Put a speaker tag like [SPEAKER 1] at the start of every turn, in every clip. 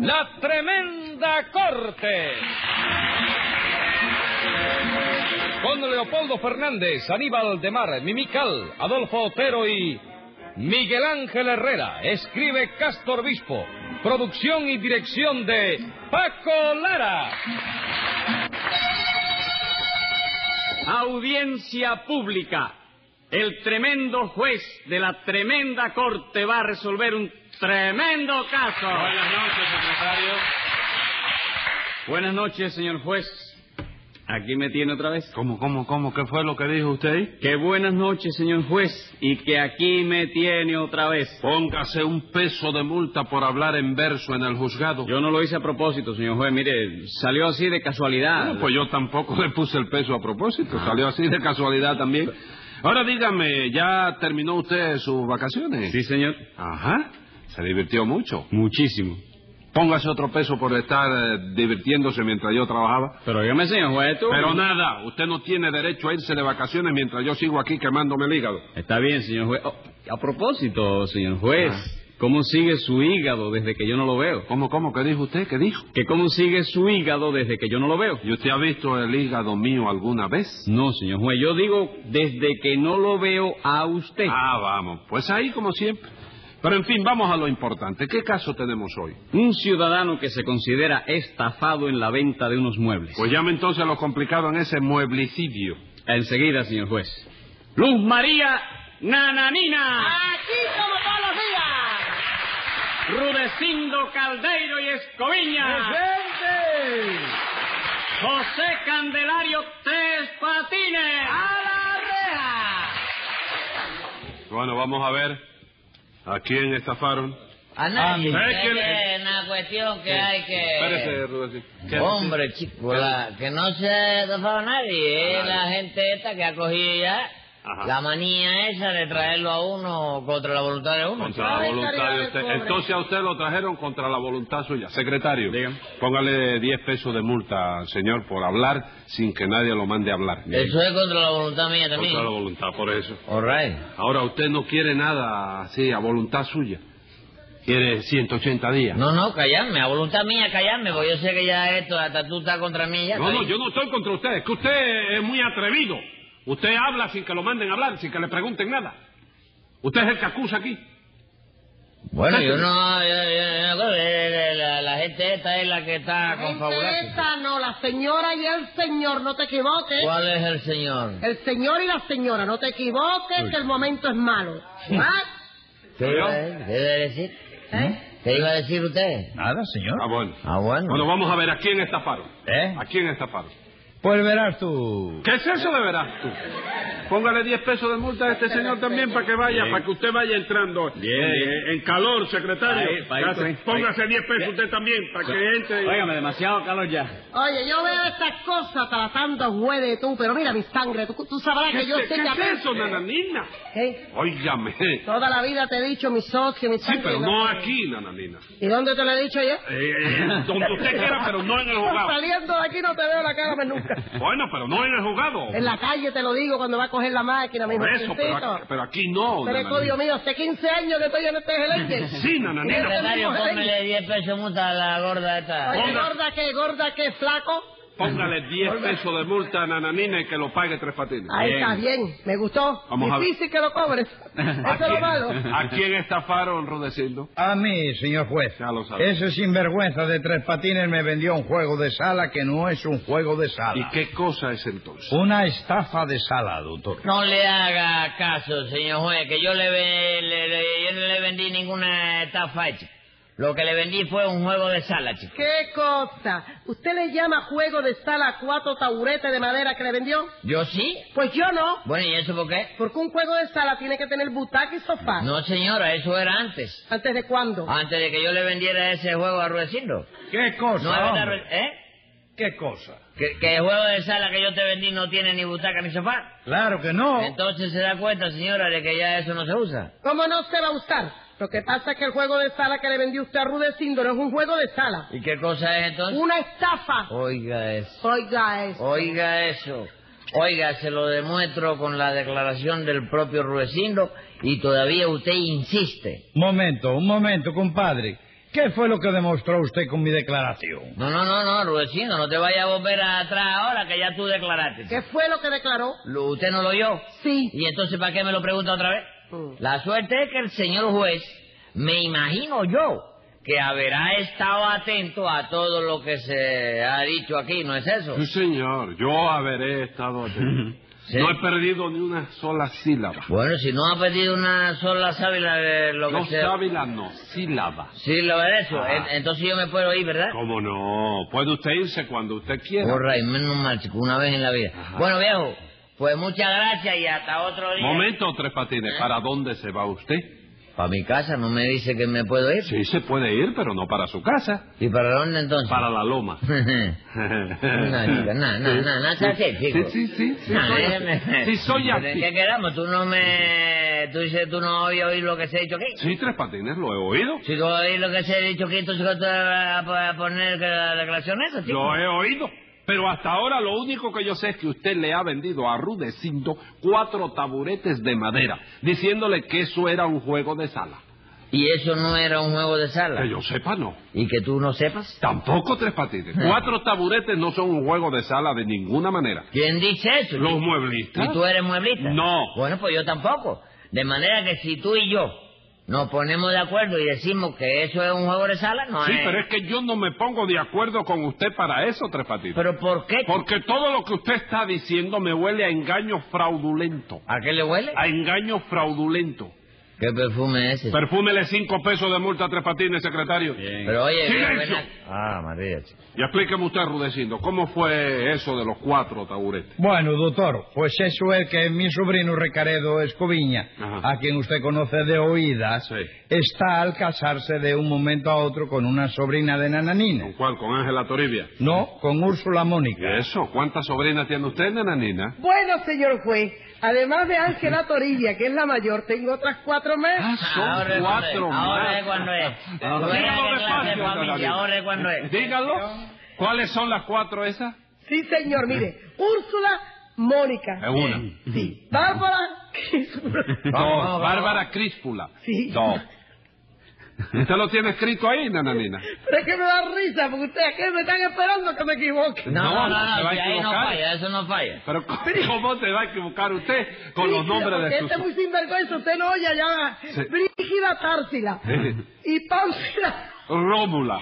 [SPEAKER 1] La Tremenda Corte. Con Leopoldo Fernández, Aníbal de Mar, Mimical, Adolfo Otero y Miguel Ángel Herrera. Escribe Castor Bispo. Producción y dirección de Paco Lara.
[SPEAKER 2] Audiencia pública. El tremendo juez de la tremenda corte va a resolver un tremendo caso.
[SPEAKER 3] Buenas noches, secretario.
[SPEAKER 2] Buenas noches, señor juez. Aquí me tiene otra vez.
[SPEAKER 3] ¿Cómo, cómo, cómo? ¿Qué fue lo que dijo usted ahí?
[SPEAKER 2] Que buenas noches, señor juez, y que aquí me tiene otra vez.
[SPEAKER 3] Póngase un peso de multa por hablar en verso en el juzgado.
[SPEAKER 2] Yo no lo hice a propósito, señor juez. Mire, salió así de casualidad.
[SPEAKER 3] No, pues yo tampoco le puse el peso a
[SPEAKER 2] Ah.
[SPEAKER 3] propósito. Salió así de casualidad también. Ahora dígame, ¿ya terminó usted sus vacaciones?
[SPEAKER 2] Sí, señor.
[SPEAKER 3] Ajá. Se divirtió mucho.
[SPEAKER 2] Muchísimo.
[SPEAKER 3] Póngase otro peso por estar eh, divirtiéndose mientras yo trabajaba.
[SPEAKER 2] Pero dígame, señor juez, tú...
[SPEAKER 3] Pero nada, usted no tiene derecho a irse de vacaciones mientras yo sigo aquí quemándome el hígado.
[SPEAKER 2] Está bien, señor juez. Oh, a propósito, señor juez, ¿cómo sigue su hígado desde que yo no lo veo?
[SPEAKER 3] ¿Cómo, cómo? ¿Qué dijo usted? ¿Qué dijo?
[SPEAKER 2] ¿Que cómo sigue su hígado desde que yo no lo veo?
[SPEAKER 3] ¿Y usted ha visto el hígado mío alguna vez?
[SPEAKER 2] No, señor juez, yo digo desde que no lo veo a usted.
[SPEAKER 3] Ah, vamos. Pues ahí como siempre. Pero en fin, vamos a lo importante. ¿Qué caso tenemos hoy?
[SPEAKER 2] Un ciudadano que se considera estafado en la venta de unos muebles.
[SPEAKER 3] Pues llame entonces a lo complicado en ese mueblicidio.
[SPEAKER 2] Enseguida, señor juez. Luz María Nananina,
[SPEAKER 4] Aquí como todos los días.
[SPEAKER 2] Rudecindo Caldeiro y Escoviña,
[SPEAKER 4] ¡Presente!
[SPEAKER 2] José Candelario Tres Patines.
[SPEAKER 4] ¡A la reja!
[SPEAKER 3] Bueno, vamos a ver. ¿A quién
[SPEAKER 5] Eh.
[SPEAKER 3] estafaron?
[SPEAKER 5] A nadie.
[SPEAKER 3] Ande.
[SPEAKER 5] Es que es una cuestión que hay que...
[SPEAKER 3] Espérese, Rudecindo. ¿Qué-
[SPEAKER 5] Hombre, chico, la- que no se ha estafado a nadie. Es la gente esta que ha cogido ya
[SPEAKER 3] Ajá.
[SPEAKER 5] la manía esa de traerlo a uno contra la voluntad de uno.
[SPEAKER 3] Contra la voluntad de usted. Entonces a usted lo trajeron contra la voluntad suya. Secretario,
[SPEAKER 2] Dígame.
[SPEAKER 3] póngale 10 pesos de multa, señor, por hablar sin que nadie lo mande a hablar.
[SPEAKER 5] Eso es contra la voluntad mía también.
[SPEAKER 3] Contra la voluntad, por eso.
[SPEAKER 5] All right.
[SPEAKER 3] Ahora usted no quiere nada así, a voluntad suya. Quiere 180 días.
[SPEAKER 5] No, no, callarme, a voluntad mía callarme, porque yo sé que ya esto, hasta tú estás contra mí ya.
[SPEAKER 3] No, no,
[SPEAKER 5] estoy-
[SPEAKER 3] yo no estoy contra usted. Es que usted es muy atrevido. Usted habla sin que lo manden a hablar, sin que le pregunten nada. Usted es el que acusa aquí.
[SPEAKER 5] Bueno, yo no, yo, yo- yo no creo que la, la gente esta es la que está
[SPEAKER 4] Gente
[SPEAKER 5] confabulada.
[SPEAKER 4] esta no, la señora y el señor, no te equivoques.
[SPEAKER 5] ¿Cuál es el señor?
[SPEAKER 4] El señor y la señora, no te equivoques, que el momento es malo. ¿Ah?
[SPEAKER 5] ¿Qué iba, a- qué iba a decir? ¿Qué iba a decir usted?
[SPEAKER 6] Nada, señor.
[SPEAKER 3] Ah, bueno.
[SPEAKER 5] Ah, bueno.
[SPEAKER 3] Bueno, vamos a ver a quién estafaron.
[SPEAKER 6] ¿Eh?
[SPEAKER 3] ¿A quién estafaron?
[SPEAKER 6] Pues verás tú.
[SPEAKER 3] ¿Qué es eso de veras tú? Póngale 10 pesos de multa a este señor también para que vaya,
[SPEAKER 2] Bien.
[SPEAKER 3] para que usted vaya entrando
[SPEAKER 2] Bien,
[SPEAKER 3] eh,
[SPEAKER 2] bien.
[SPEAKER 3] en calor, secretario.
[SPEAKER 2] Ahí, para ahí,
[SPEAKER 3] Gracias.
[SPEAKER 2] para ahí.
[SPEAKER 3] Póngase 10 pesos usted también para que entre.
[SPEAKER 2] Óigame, demasiado calor ya.
[SPEAKER 4] Oye, yo veo estas cosas tratando güey de tú, pero mira mi sangre, tú, tú sabrás
[SPEAKER 3] ¿Qué,
[SPEAKER 4] que yo
[SPEAKER 3] qué-
[SPEAKER 4] sé
[SPEAKER 3] qué
[SPEAKER 4] que a mí-
[SPEAKER 3] es eso, nananina?
[SPEAKER 4] ¿Eh?
[SPEAKER 3] Óigame. Sí,
[SPEAKER 4] Toda la vida te he dicho mi socio, mi sangre.
[SPEAKER 3] pero no aquí, nananina.
[SPEAKER 4] ¿Y dónde te lo he dicho yo?
[SPEAKER 3] Eh, eh, donde usted quiera, pero no en el jugado.
[SPEAKER 4] Saliendo de aquí no te veo la cara más nunca.
[SPEAKER 3] Bueno, pero no en el jugado.
[SPEAKER 4] En la calle te lo digo cuando va a coger la máquina, mi
[SPEAKER 3] Por eso, pero
[SPEAKER 4] jovencito.
[SPEAKER 3] aquí, pero aquí no.
[SPEAKER 4] Pero es que, Dios
[SPEAKER 3] nananina.
[SPEAKER 4] mío, hace 15 años que estoy en este gelengue.
[SPEAKER 3] Sí, nananina.
[SPEAKER 5] Secretario,
[SPEAKER 4] Mira,
[SPEAKER 5] póngale 10 pesos multa a la gorda esta.
[SPEAKER 4] Oye,
[SPEAKER 3] Ponga-
[SPEAKER 4] gorda que, gorda que, flaco.
[SPEAKER 3] Póngale 10 pesos de multa a nananina y que lo pague tres patines.
[SPEAKER 4] Ahí
[SPEAKER 2] Bien.
[SPEAKER 4] está bien, me gustó.
[SPEAKER 3] Vamos a ver.
[SPEAKER 4] Difícil que lo cobres. Eso es lo malo.
[SPEAKER 3] ¿A quién estafaron, Rudecindo?
[SPEAKER 6] A mí, señor juez.
[SPEAKER 3] Ya lo sabe.
[SPEAKER 6] Ese sinvergüenza de tres patines me vendió un juego de sala que no es un juego de
[SPEAKER 3] ¿Y
[SPEAKER 6] sala.
[SPEAKER 3] qué cosa es entonces?
[SPEAKER 6] Una estafa de sala, doctor.
[SPEAKER 5] No le haga caso, señor juez, que yo, le, ve- le- le- yo no le vendí ninguna estafa. chico. Lo que le vendí fue un juego de sala, chico.
[SPEAKER 4] ¿Qué cosa? ¿Usted le llama juego de sala a cuatro taburetes de madera que le vendió?
[SPEAKER 5] ¿Yo sí?
[SPEAKER 4] Pues yo no.
[SPEAKER 5] Bueno, ¿y eso por qué?
[SPEAKER 4] Porque un juego de sala tiene que tener butaca y sofá.
[SPEAKER 5] No, señora, eso era antes.
[SPEAKER 4] ¿Antes de cuándo?
[SPEAKER 3] Ah.
[SPEAKER 5] Antes de que yo le vendiera ese juego a Ruecindo.
[SPEAKER 6] ¿Qué
[SPEAKER 5] No, es
[SPEAKER 6] cosa,
[SPEAKER 5] verdad,
[SPEAKER 6] hombre?
[SPEAKER 5] Rue- ¿eh?
[SPEAKER 6] ¿Qué cosa?
[SPEAKER 5] Que, que el juego de sala que yo te vendí no tiene ni butaca ni sofá.
[SPEAKER 6] Claro que no.
[SPEAKER 5] Entonces se da cuenta, señora, de que ya eso no se usa.
[SPEAKER 4] ¿Cómo no se va a usar? Lo que pasa es que el juego de sala que le vendió usted a Rudecindo no es un juego de sala.
[SPEAKER 5] ¿Y qué cosa es
[SPEAKER 3] Ah.
[SPEAKER 5] entonces?
[SPEAKER 4] Una estafa.
[SPEAKER 5] Oiga eso.
[SPEAKER 4] Oiga
[SPEAKER 3] Oh.
[SPEAKER 4] eso.
[SPEAKER 5] Oiga eso. Oiga, se lo demuestro con la declaración del propio Ruecindo y todavía usted insiste.
[SPEAKER 6] Momento, un momento, compadre. ¿Qué fue lo que demostró usted con mi declaración?
[SPEAKER 5] No, no, no, no, Rudecindo, no te vayas a volver atrás ahora que ya tú declaraste.
[SPEAKER 4] ¿Qué fue lo que declaró?
[SPEAKER 5] Lo- ¿Usted no lo oyó?
[SPEAKER 4] Sí.
[SPEAKER 5] ¿Y entonces para qué me lo pregunta otra vez?
[SPEAKER 4] Mm.
[SPEAKER 5] La suerte es que el señor juez, me imagino yo, que habrá estado atento a todo lo que se ha dicho aquí, ¿no es eso?
[SPEAKER 3] Sí, señor, yo haberé estado atento.
[SPEAKER 5] Sí.
[SPEAKER 3] No he perdido ni una sola sílaba.
[SPEAKER 5] Bueno, si no ha pedido una sola sábila de lo que
[SPEAKER 3] No
[SPEAKER 5] sea...
[SPEAKER 3] sábila, no, sílaba.
[SPEAKER 5] Sí, lo de eso.
[SPEAKER 3] Ah.
[SPEAKER 5] En- Entonces yo me puedo ir, ¿verdad?
[SPEAKER 3] ¿Cómo no? Puede usted irse cuando usted quiera.
[SPEAKER 5] Corra, y menos mal, chico, una vez en la vida.
[SPEAKER 3] Ajá.
[SPEAKER 5] Bueno, viejo, pues muchas gracias y hasta otro día.
[SPEAKER 3] Momento, Tres Patines, ¿para dónde se va usted?
[SPEAKER 5] ¿Para mi casa no me dice que me puedo ir?
[SPEAKER 3] Sí, se puede ir, pero no para su casa,
[SPEAKER 5] ¿Y para dónde entonces?
[SPEAKER 3] para la loma.
[SPEAKER 5] No, chico, no, no, no, no seas así,
[SPEAKER 3] Sí,
[SPEAKER 5] chico.
[SPEAKER 3] sí, sí, sí,
[SPEAKER 5] No,
[SPEAKER 3] soy
[SPEAKER 5] déjeme.
[SPEAKER 3] así. Sí, soy
[SPEAKER 5] Pero ¿En
[SPEAKER 3] así.
[SPEAKER 5] qué quedamos? Tú no me... Tú dices, tú no habías oído lo que se ha dicho aquí.
[SPEAKER 3] Sí, Tres Patines, lo he oído.
[SPEAKER 5] Si tú oído lo que se ha dicho aquí, entonces ¿cómo te vas a a poner que la declaración esa, chico.
[SPEAKER 3] Lo he oído. Pero hasta ahora lo único que yo sé es que usted le ha vendido a Rudecindo cuatro taburetes de madera, diciéndole que eso era un juego de sala.
[SPEAKER 5] Y eso no era un juego de sala.
[SPEAKER 3] Que yo sepa, no.
[SPEAKER 5] Y que tú no sepas.
[SPEAKER 3] Tampoco tres patines. Cuatro taburetes no son un juego de sala de ninguna manera.
[SPEAKER 5] ¿Quién dice eso?
[SPEAKER 3] Los
[SPEAKER 5] chico?
[SPEAKER 3] mueblistas.
[SPEAKER 5] ¿Y tú eres mueblista?
[SPEAKER 3] No.
[SPEAKER 5] Bueno, pues yo tampoco. De manera que si tú y yo nos ponemos de acuerdo y decimos que eso es un juego de sala, no
[SPEAKER 3] Sí,
[SPEAKER 5] es...
[SPEAKER 3] pero es que yo no me pongo de acuerdo con usted para eso, tres patines.
[SPEAKER 5] ¿Pero por qué?
[SPEAKER 3] Porque todo lo que usted está diciendo me huele a engaño fraudulento.
[SPEAKER 5] ¿A qué le huele?
[SPEAKER 3] A engaño fraudulento.
[SPEAKER 5] ¿Qué perfume es ese?
[SPEAKER 3] Perfúmele cinco pesos de multa a tres patines, secretario.
[SPEAKER 5] Pero oye...
[SPEAKER 3] Silencio.
[SPEAKER 5] ven acá. Ah, María, chico.
[SPEAKER 3] Y explíqueme usted, Rudecindo, ¿cómo fue eso de los cuatro taburetes?
[SPEAKER 6] Bueno, doctor, pues eso es que mi sobrino Recaredo Escoviña,
[SPEAKER 3] Ajá.
[SPEAKER 6] a quien usted conoce de oídas,
[SPEAKER 3] Sí.
[SPEAKER 6] está al casarse de un momento a otro con una sobrina de
[SPEAKER 3] ¿Con
[SPEAKER 6] Nananina.
[SPEAKER 3] cuál? ¿Con Ángela Toribia?
[SPEAKER 6] No, con Úrsula
[SPEAKER 3] ¿Y
[SPEAKER 6] Mónica.
[SPEAKER 3] eso? ¿Cuántas sobrinas tiene usted, nananina?
[SPEAKER 4] Bueno, señor juez, además de Ángela Toribia, que es la mayor, tengo otras cuatro más.
[SPEAKER 3] Son
[SPEAKER 5] ahora es cuando
[SPEAKER 3] cuatro
[SPEAKER 5] es,
[SPEAKER 3] más.
[SPEAKER 5] Ahora es cuando es.
[SPEAKER 3] Ahora.
[SPEAKER 5] Tú eres
[SPEAKER 3] Dígalo
[SPEAKER 5] de clase
[SPEAKER 3] despacio,
[SPEAKER 5] familia,
[SPEAKER 3] Nananina.
[SPEAKER 5] ahora es cuando es.
[SPEAKER 3] Dígalo. ¿Cuáles son las cuatro esas?
[SPEAKER 4] Sí, señor, mire, Úrsula,
[SPEAKER 3] Es
[SPEAKER 4] Mónica,
[SPEAKER 3] una.
[SPEAKER 4] Bárbara, que es una-
[SPEAKER 3] Dos.
[SPEAKER 5] vamos.
[SPEAKER 3] Bárbara Críspula.
[SPEAKER 4] Sí.
[SPEAKER 3] Dos. ¿Usted lo tiene escrito ahí, nananina?
[SPEAKER 4] pero es que me da risa, porque ustedes aquí me están esperando que me equivoque.
[SPEAKER 5] No, no, no,
[SPEAKER 3] se va a
[SPEAKER 5] si ahí no
[SPEAKER 3] equivocar.
[SPEAKER 5] falla, eso no falla.
[SPEAKER 3] Pero ¿cómo, cómo se va a equivocar usted con los
[SPEAKER 4] Brígida,
[SPEAKER 3] nombres
[SPEAKER 4] porque
[SPEAKER 3] de sus...
[SPEAKER 4] Este es muy sinvergüenza, usted no oye ya.
[SPEAKER 3] Sí.
[SPEAKER 4] Brígida Társila
[SPEAKER 3] Sí.
[SPEAKER 4] y Páusila.
[SPEAKER 3] Rómula.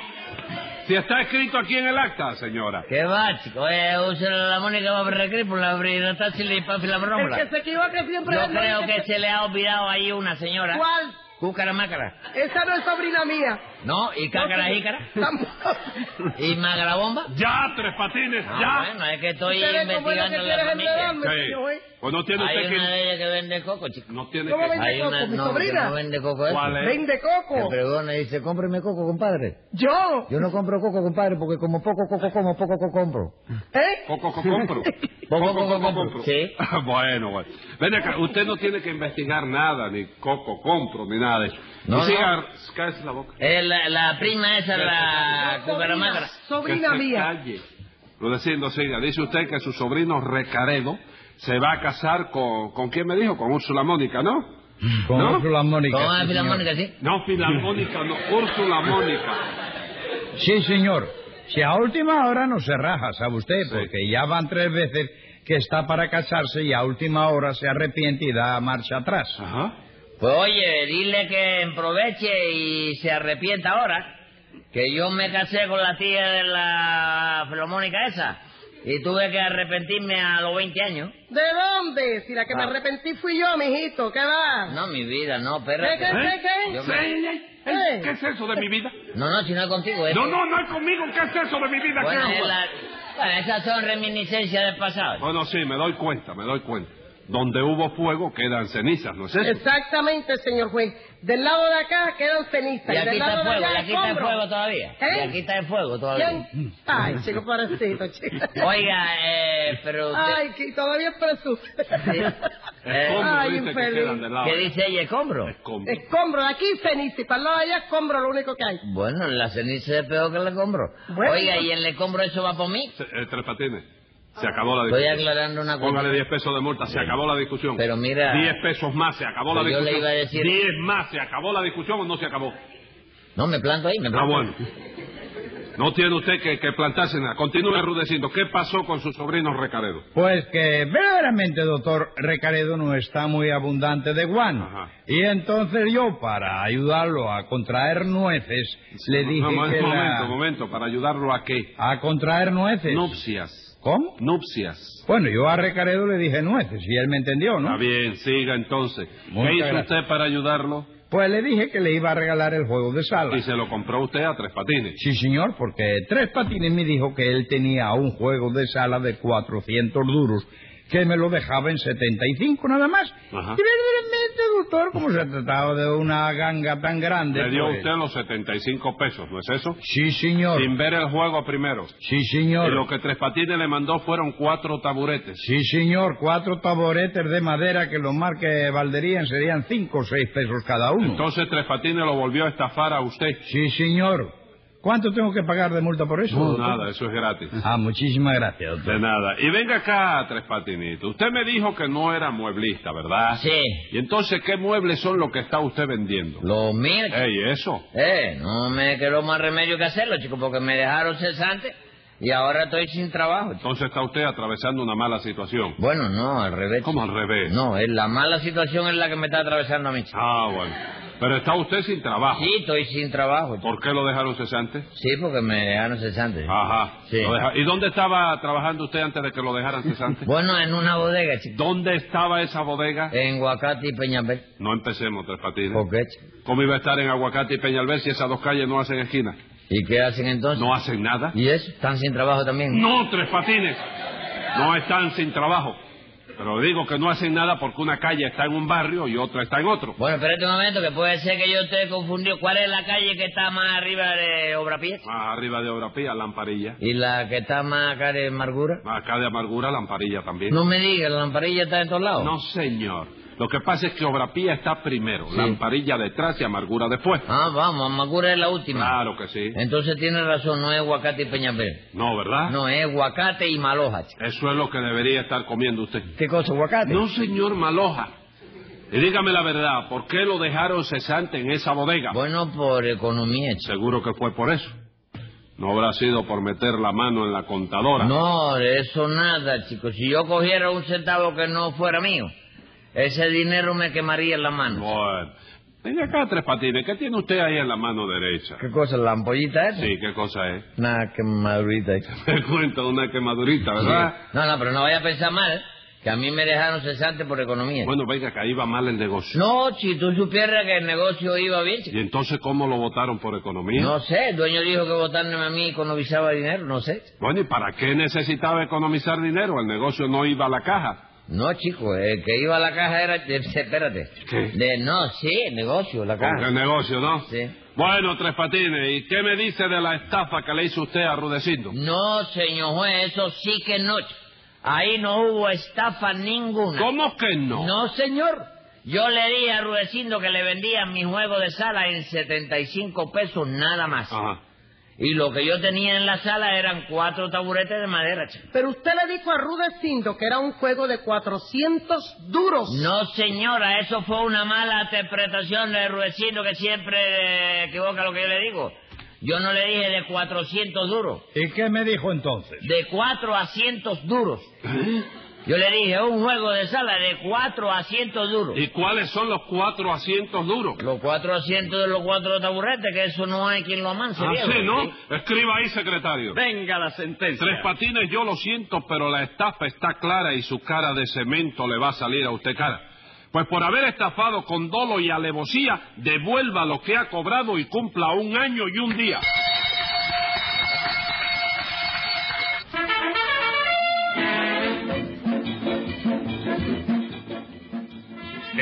[SPEAKER 3] Si está escrito aquí en el acta, señora.
[SPEAKER 5] ¿Qué va, chico? Oye, usa la Mónica va a recrear por la bridatácil y Páfila Brómula.
[SPEAKER 4] El que se equivoca siempre
[SPEAKER 5] Yo
[SPEAKER 4] es el
[SPEAKER 5] creo que
[SPEAKER 4] que-
[SPEAKER 5] se le ha olvidado ahí una señora.
[SPEAKER 4] ¿Cuál?
[SPEAKER 5] Cúcara mácara.
[SPEAKER 4] Esa no es sobrina mía.
[SPEAKER 5] ¿No? ¿Y cácara jícara?
[SPEAKER 4] Tampoco.
[SPEAKER 5] ¿Y magrabomba?
[SPEAKER 3] Ya, tres patines,
[SPEAKER 5] Ah,
[SPEAKER 3] ya.
[SPEAKER 5] bueno, es que estoy
[SPEAKER 4] Ustedes como es lo que
[SPEAKER 5] investigando la
[SPEAKER 4] quieres
[SPEAKER 5] familia.
[SPEAKER 4] enredarme,
[SPEAKER 3] Sí.
[SPEAKER 4] señor juez.
[SPEAKER 3] Pues no tiene
[SPEAKER 5] Hay
[SPEAKER 3] usted
[SPEAKER 5] una
[SPEAKER 3] que...
[SPEAKER 5] de ellas que vende coco, chico.
[SPEAKER 3] No tiene
[SPEAKER 4] ¿Cómo
[SPEAKER 3] que...
[SPEAKER 4] vende
[SPEAKER 5] Hay
[SPEAKER 4] coco,
[SPEAKER 5] una,
[SPEAKER 4] mi
[SPEAKER 5] no,
[SPEAKER 4] sobrina?
[SPEAKER 5] que no vende coco eso.
[SPEAKER 3] ¿Cuál es?
[SPEAKER 4] Vende
[SPEAKER 5] El
[SPEAKER 4] coco.
[SPEAKER 5] pregona dice, cómpreme coco, compadre.
[SPEAKER 4] Yo.
[SPEAKER 5] Yo no compro coco, compadre, porque como poco coco como, poco coco compro.
[SPEAKER 4] ¿Eh?
[SPEAKER 3] Coco, coco, compro.
[SPEAKER 5] Coco, coco, compro. Sí.
[SPEAKER 3] bueno, bueno. Ven acá, usted no tiene que investigar nada, ni coco, compro, ni nada de eso.
[SPEAKER 5] No,
[SPEAKER 3] y
[SPEAKER 5] no.
[SPEAKER 3] siga, cállese la boca.
[SPEAKER 5] Eh, la, la prima esa, la cúcara mácara.
[SPEAKER 4] Sobrina
[SPEAKER 3] que se
[SPEAKER 4] mía.
[SPEAKER 3] Calle. Lo diciendo, siga. Dice usted que su sobrino Recaredo se va a casar con... ¿Con quién me dijo? Con Úrsula Mónica, ¿no?
[SPEAKER 6] Con
[SPEAKER 3] ¿No?
[SPEAKER 6] Úrsula Mónica.
[SPEAKER 5] ¿Cómo es
[SPEAKER 6] sí, señor.
[SPEAKER 5] Filarmónica, sí?
[SPEAKER 3] No, Filarmónica, no. Úrsula Mónica.
[SPEAKER 6] Sí, señor. Si a última hora no se raja, ¿sabe usted? Porque ya van tres veces que está para casarse y a última hora se arrepiente y da marcha atrás.
[SPEAKER 3] Ajá.
[SPEAKER 5] Pues oye, dile que aproveche y se arrepienta ahora. Que yo me casé con la tía de la Filomónica esa. Y tuve que arrepentirme a los 20 años.
[SPEAKER 4] ¿De dónde? Si la que me
[SPEAKER 3] Ah.
[SPEAKER 4] arrepentí fui yo, mijito. ¿Qué va?
[SPEAKER 5] No, mi vida, no,
[SPEAKER 4] ¿Qué, qué,
[SPEAKER 5] espérate.
[SPEAKER 4] qué, qué?
[SPEAKER 5] Yo
[SPEAKER 3] Sí,
[SPEAKER 5] me-
[SPEAKER 3] eh, eh,
[SPEAKER 4] Eh.
[SPEAKER 3] ¿Qué es eso de mi vida?
[SPEAKER 5] No, no, si no es contigo. Es
[SPEAKER 3] No,
[SPEAKER 5] que-
[SPEAKER 3] no, no es conmigo. ¿Qué es eso de mi vida?
[SPEAKER 5] Bueno,
[SPEAKER 3] ¿Qué
[SPEAKER 5] es
[SPEAKER 3] hago?
[SPEAKER 5] la- bueno, esas son reminiscencias del pasado.
[SPEAKER 3] Bueno, sí, me doy cuenta, me doy cuenta. Donde hubo fuego quedan cenizas, ¿no es eso?
[SPEAKER 4] Exactamente, señor juez. Del lado de acá quedan cenizas.
[SPEAKER 5] Y aquí
[SPEAKER 4] del
[SPEAKER 5] está
[SPEAKER 4] lado
[SPEAKER 5] el fuego,
[SPEAKER 4] de
[SPEAKER 5] y
[SPEAKER 4] allá
[SPEAKER 5] aquí está el
[SPEAKER 4] escombros.
[SPEAKER 5] fuego todavía. Y
[SPEAKER 4] ¿Eh?
[SPEAKER 5] aquí está el fuego todavía.
[SPEAKER 4] ¿Quién? Ay, chico parecido, chico.
[SPEAKER 5] Oiga, eh, pero usted...
[SPEAKER 4] Ay, que todavía es preso.
[SPEAKER 3] Escombros,
[SPEAKER 4] Ay,
[SPEAKER 3] dice que
[SPEAKER 4] infeliz.
[SPEAKER 3] quedan del lado.
[SPEAKER 5] Eh, ¿Qué dice ella, escombro?
[SPEAKER 3] Escombros.
[SPEAKER 4] Escombro, de aquí ceniza y para el lado de allá escombro, lo único que hay.
[SPEAKER 5] Bueno, la ceniza es peor que el escombro.
[SPEAKER 4] Bueno.
[SPEAKER 5] Oiga,
[SPEAKER 3] pues-
[SPEAKER 5] ¿y el escombro eso va por mí?
[SPEAKER 3] Se- eh, tres patines. Se acabó la
[SPEAKER 5] Estoy
[SPEAKER 3] discusión.
[SPEAKER 5] aclarando una cosa.
[SPEAKER 3] Póngale 10 pesos de multa, se acabó la discusión.
[SPEAKER 5] Pero mira-
[SPEAKER 3] 10 pesos más, se acabó la
[SPEAKER 5] Pero yo le
[SPEAKER 3] discusión.
[SPEAKER 5] iba a decir-
[SPEAKER 3] 10 más, se acabó la discusión o no se acabó.
[SPEAKER 5] No, me planto ahí, me
[SPEAKER 3] Ah,
[SPEAKER 5] planto.
[SPEAKER 3] bueno. No tiene usted que, que plantarse nada. Continúe arrudeciendo. ¿Qué pasó con su sobrino Recaredo?
[SPEAKER 6] Pues que verdaderamente, doctor, Recaredo no está muy abundante de guano.
[SPEAKER 3] Ajá.
[SPEAKER 6] Y entonces yo, para ayudarlo a contraer nueces, le dije
[SPEAKER 3] No, no,
[SPEAKER 6] que la-
[SPEAKER 3] momento, momento. ¿Para ayudarlo a qué?
[SPEAKER 6] a contraer nueces.
[SPEAKER 3] Nupcias.
[SPEAKER 6] ¿Cómo?
[SPEAKER 3] Nupcias.
[SPEAKER 6] Bueno, yo a Recaredo le dije nueces y él me entendió,
[SPEAKER 5] ¿Mm?
[SPEAKER 6] ¿no?
[SPEAKER 3] Está bien, siga entonces.
[SPEAKER 6] Muchas
[SPEAKER 3] ¿Qué hizo
[SPEAKER 6] gracias.
[SPEAKER 3] usted para ayudarlo?
[SPEAKER 6] Pues le dije que le iba a regalar el juego de sala.
[SPEAKER 3] Y se lo compró usted a Tres Patines.
[SPEAKER 6] Sí, señor, porque Tres Patines me dijo que él tenía un juego de sala de 400 duros que me lo dejaba en 75 nada más.
[SPEAKER 3] Ajá.
[SPEAKER 6] Y verdaderamente, doctor, como se trataba de una ganga tan grande...
[SPEAKER 3] Le dio
[SPEAKER 6] pues-
[SPEAKER 3] usted los 75 pesos, ¿no es eso?
[SPEAKER 6] Sí, señor.
[SPEAKER 3] Sin ver el juego primero.
[SPEAKER 6] Sí,
[SPEAKER 3] Y
[SPEAKER 6] señor.
[SPEAKER 3] lo que Tres Patines le mandó fueron cuatro taburetes.
[SPEAKER 6] Sí, señor. Cuatro taboretes de madera que lo más que valderían serían cinco o seis pesos cada uno.
[SPEAKER 3] Entonces Tres Patines lo volvió a estafar a usted.
[SPEAKER 6] Sí, señor. ¿Cuánto tengo que pagar de multa por eso? doctor?
[SPEAKER 3] nada, eso es gratis.
[SPEAKER 6] Ah, muchísimas gracias, doctor.
[SPEAKER 3] De nada. Y venga acá, Tres Patinitos. Usted me dijo que no era mueblista, ¿verdad?
[SPEAKER 5] Ah, Sí.
[SPEAKER 3] ¿Y entonces qué muebles son los que está usted vendiendo?
[SPEAKER 5] Los mil.
[SPEAKER 3] Ey, eso.
[SPEAKER 5] Eh, no me quedó más remedio que hacerlo, chico, porque me dejaron cesante y ahora estoy sin trabajo, chico.
[SPEAKER 3] Entonces está usted atravesando una mala situación.
[SPEAKER 5] Bueno, no, al revés.
[SPEAKER 3] ¿Cómo al
[SPEAKER 5] chico.
[SPEAKER 3] revés?
[SPEAKER 5] No, es la mala situación en la que me está atravesando a mí, chico.
[SPEAKER 3] Ah, bueno. Pero está usted sin trabajo.
[SPEAKER 5] Sí, estoy sin trabajo, chico.
[SPEAKER 3] ¿Por qué lo dejaron cesante?
[SPEAKER 5] Sí, porque me dejaron cesante. chico.
[SPEAKER 3] Ajá.
[SPEAKER 5] Sí.
[SPEAKER 3] Lo deja- ¿Y dónde estaba trabajando usted antes de que lo dejaran cesante?
[SPEAKER 5] Bueno, en una bodega, chico.
[SPEAKER 3] ¿Dónde estaba esa bodega?
[SPEAKER 5] En Guacate y Peñabel.
[SPEAKER 3] No empecemos, Tres Patines.
[SPEAKER 5] ¿Por qué, chico?
[SPEAKER 3] ¿Cómo iba a estar en Aguacate y Peñalver si esas dos calles no hacen esquina?
[SPEAKER 5] ¿Y qué hacen entonces?
[SPEAKER 3] ¿No hacen nada?
[SPEAKER 5] ¿Y eso? ¿Están sin trabajo también?
[SPEAKER 3] No, Tres Patines. No están sin trabajo. Pero digo que no hacen nada porque una calle está en un barrio y otra está en otro.
[SPEAKER 5] Bueno, espérate un momento, que puede ser que yo esté confundido. ¿Cuál es la calle que está más arriba de Obrapiés?
[SPEAKER 3] Más arriba de Orapía, Lamparilla.
[SPEAKER 5] ¿Y la que está más acá de Margura?
[SPEAKER 3] Más acá de Amargura, Lamparilla también.
[SPEAKER 5] No me digas, la lamparilla está en todos lados.
[SPEAKER 3] No, señor. Lo que pasa es que Obrapía está primero,
[SPEAKER 5] Sí.
[SPEAKER 3] Lamparilla detrás y Amargura después.
[SPEAKER 5] Ah, vamos, Margura es la última.
[SPEAKER 3] Claro que sí.
[SPEAKER 5] Entonces tiene razón, no es Guacate y Peñapel.
[SPEAKER 3] No, ¿verdad?
[SPEAKER 5] No, es Guacate y Maloja. chico.
[SPEAKER 3] Eso es lo que debería estar comiendo usted.
[SPEAKER 5] ¿Qué cosa, Guacate?
[SPEAKER 3] No, señor Maloja. Y dígame la verdad, ¿por qué lo dejaron cesante en esa bodega?
[SPEAKER 5] Bueno, por economía, chico.
[SPEAKER 3] Seguro que fue por eso. No habrá sido por meter la mano en la contadora.
[SPEAKER 5] No, de eso nada, chicos. Si yo cogiera un centavo que no fuera mío, ese dinero me quemaría en la mano.
[SPEAKER 3] Bueno. Venga acá, Tres Patines, ¿qué tiene usted ahí en la mano derecha?
[SPEAKER 5] ¿Qué cosa, la ampollita esa?
[SPEAKER 3] Sí, ¿qué cosa es?
[SPEAKER 5] Una quemadurita. chico.
[SPEAKER 3] Me cuenta una quemadurita, ¿verdad?
[SPEAKER 5] No, no, pero no vaya a pensar mal, que a mí me dejaron cesante por economía.
[SPEAKER 3] Bueno, venga, que ahí va mal el negocio.
[SPEAKER 5] No, si tú supieras que el negocio iba bien, chico.
[SPEAKER 3] ¿Y entonces cómo lo votaron por economía?
[SPEAKER 5] No sé, el dueño dijo que votarme a mí economizaba dinero, no sé.
[SPEAKER 3] Bueno, ¿y para qué necesitaba economizar dinero? El negocio no iba a la caja.
[SPEAKER 5] No, chico, el que iba a la caja era... eh, Espérate.
[SPEAKER 3] ¿Qué?
[SPEAKER 5] De, no, sí, el negocio, la
[SPEAKER 3] Porque
[SPEAKER 5] caja.
[SPEAKER 3] el negocio, ¿no?
[SPEAKER 5] Sí.
[SPEAKER 3] Bueno, Tres Patines, ¿y qué me dice de la estafa que le hizo usted a Rudecindo?
[SPEAKER 5] No, señor juez, eso sí que no. chico. Ahí no hubo estafa ninguna.
[SPEAKER 3] ¿Cómo que no?
[SPEAKER 5] No, señor. Yo le dije a Rudecindo que le vendía mi juego de sala en 75 pesos nada más.
[SPEAKER 3] Ajá.
[SPEAKER 5] Y lo que yo tenía en la sala eran cuatro taburetes de madera, chico.
[SPEAKER 4] Pero usted le dijo a Rudecindo que era un juego de 400 duros.
[SPEAKER 5] No, señora, eso fue una mala interpretación de Ruecindo que siempre eh, equivoca lo que yo le digo. Yo no le dije de 400 duros,
[SPEAKER 6] ¿Y qué me dijo entonces?
[SPEAKER 5] de 4 a 100 duros.
[SPEAKER 3] ¿Eh?
[SPEAKER 5] Yo le dije un juego de sala de 4 a 100 duros.
[SPEAKER 3] ¿Y cuáles son los cuatro asientos duros?
[SPEAKER 5] Los 400 de los cuatro taburetes, que eso no hay quien lo amance.
[SPEAKER 3] Ah,
[SPEAKER 5] viejo.
[SPEAKER 3] sí, ¿no? Escriba ahí, secretario.
[SPEAKER 2] Venga la sentencia.
[SPEAKER 3] Tres patines, yo lo siento, pero la estafa está clara y su cara de cemento le va a salir a usted cara. Pues por haber estafado con dolo y alevosía, devuelva lo que ha cobrado y cumpla un año y un día.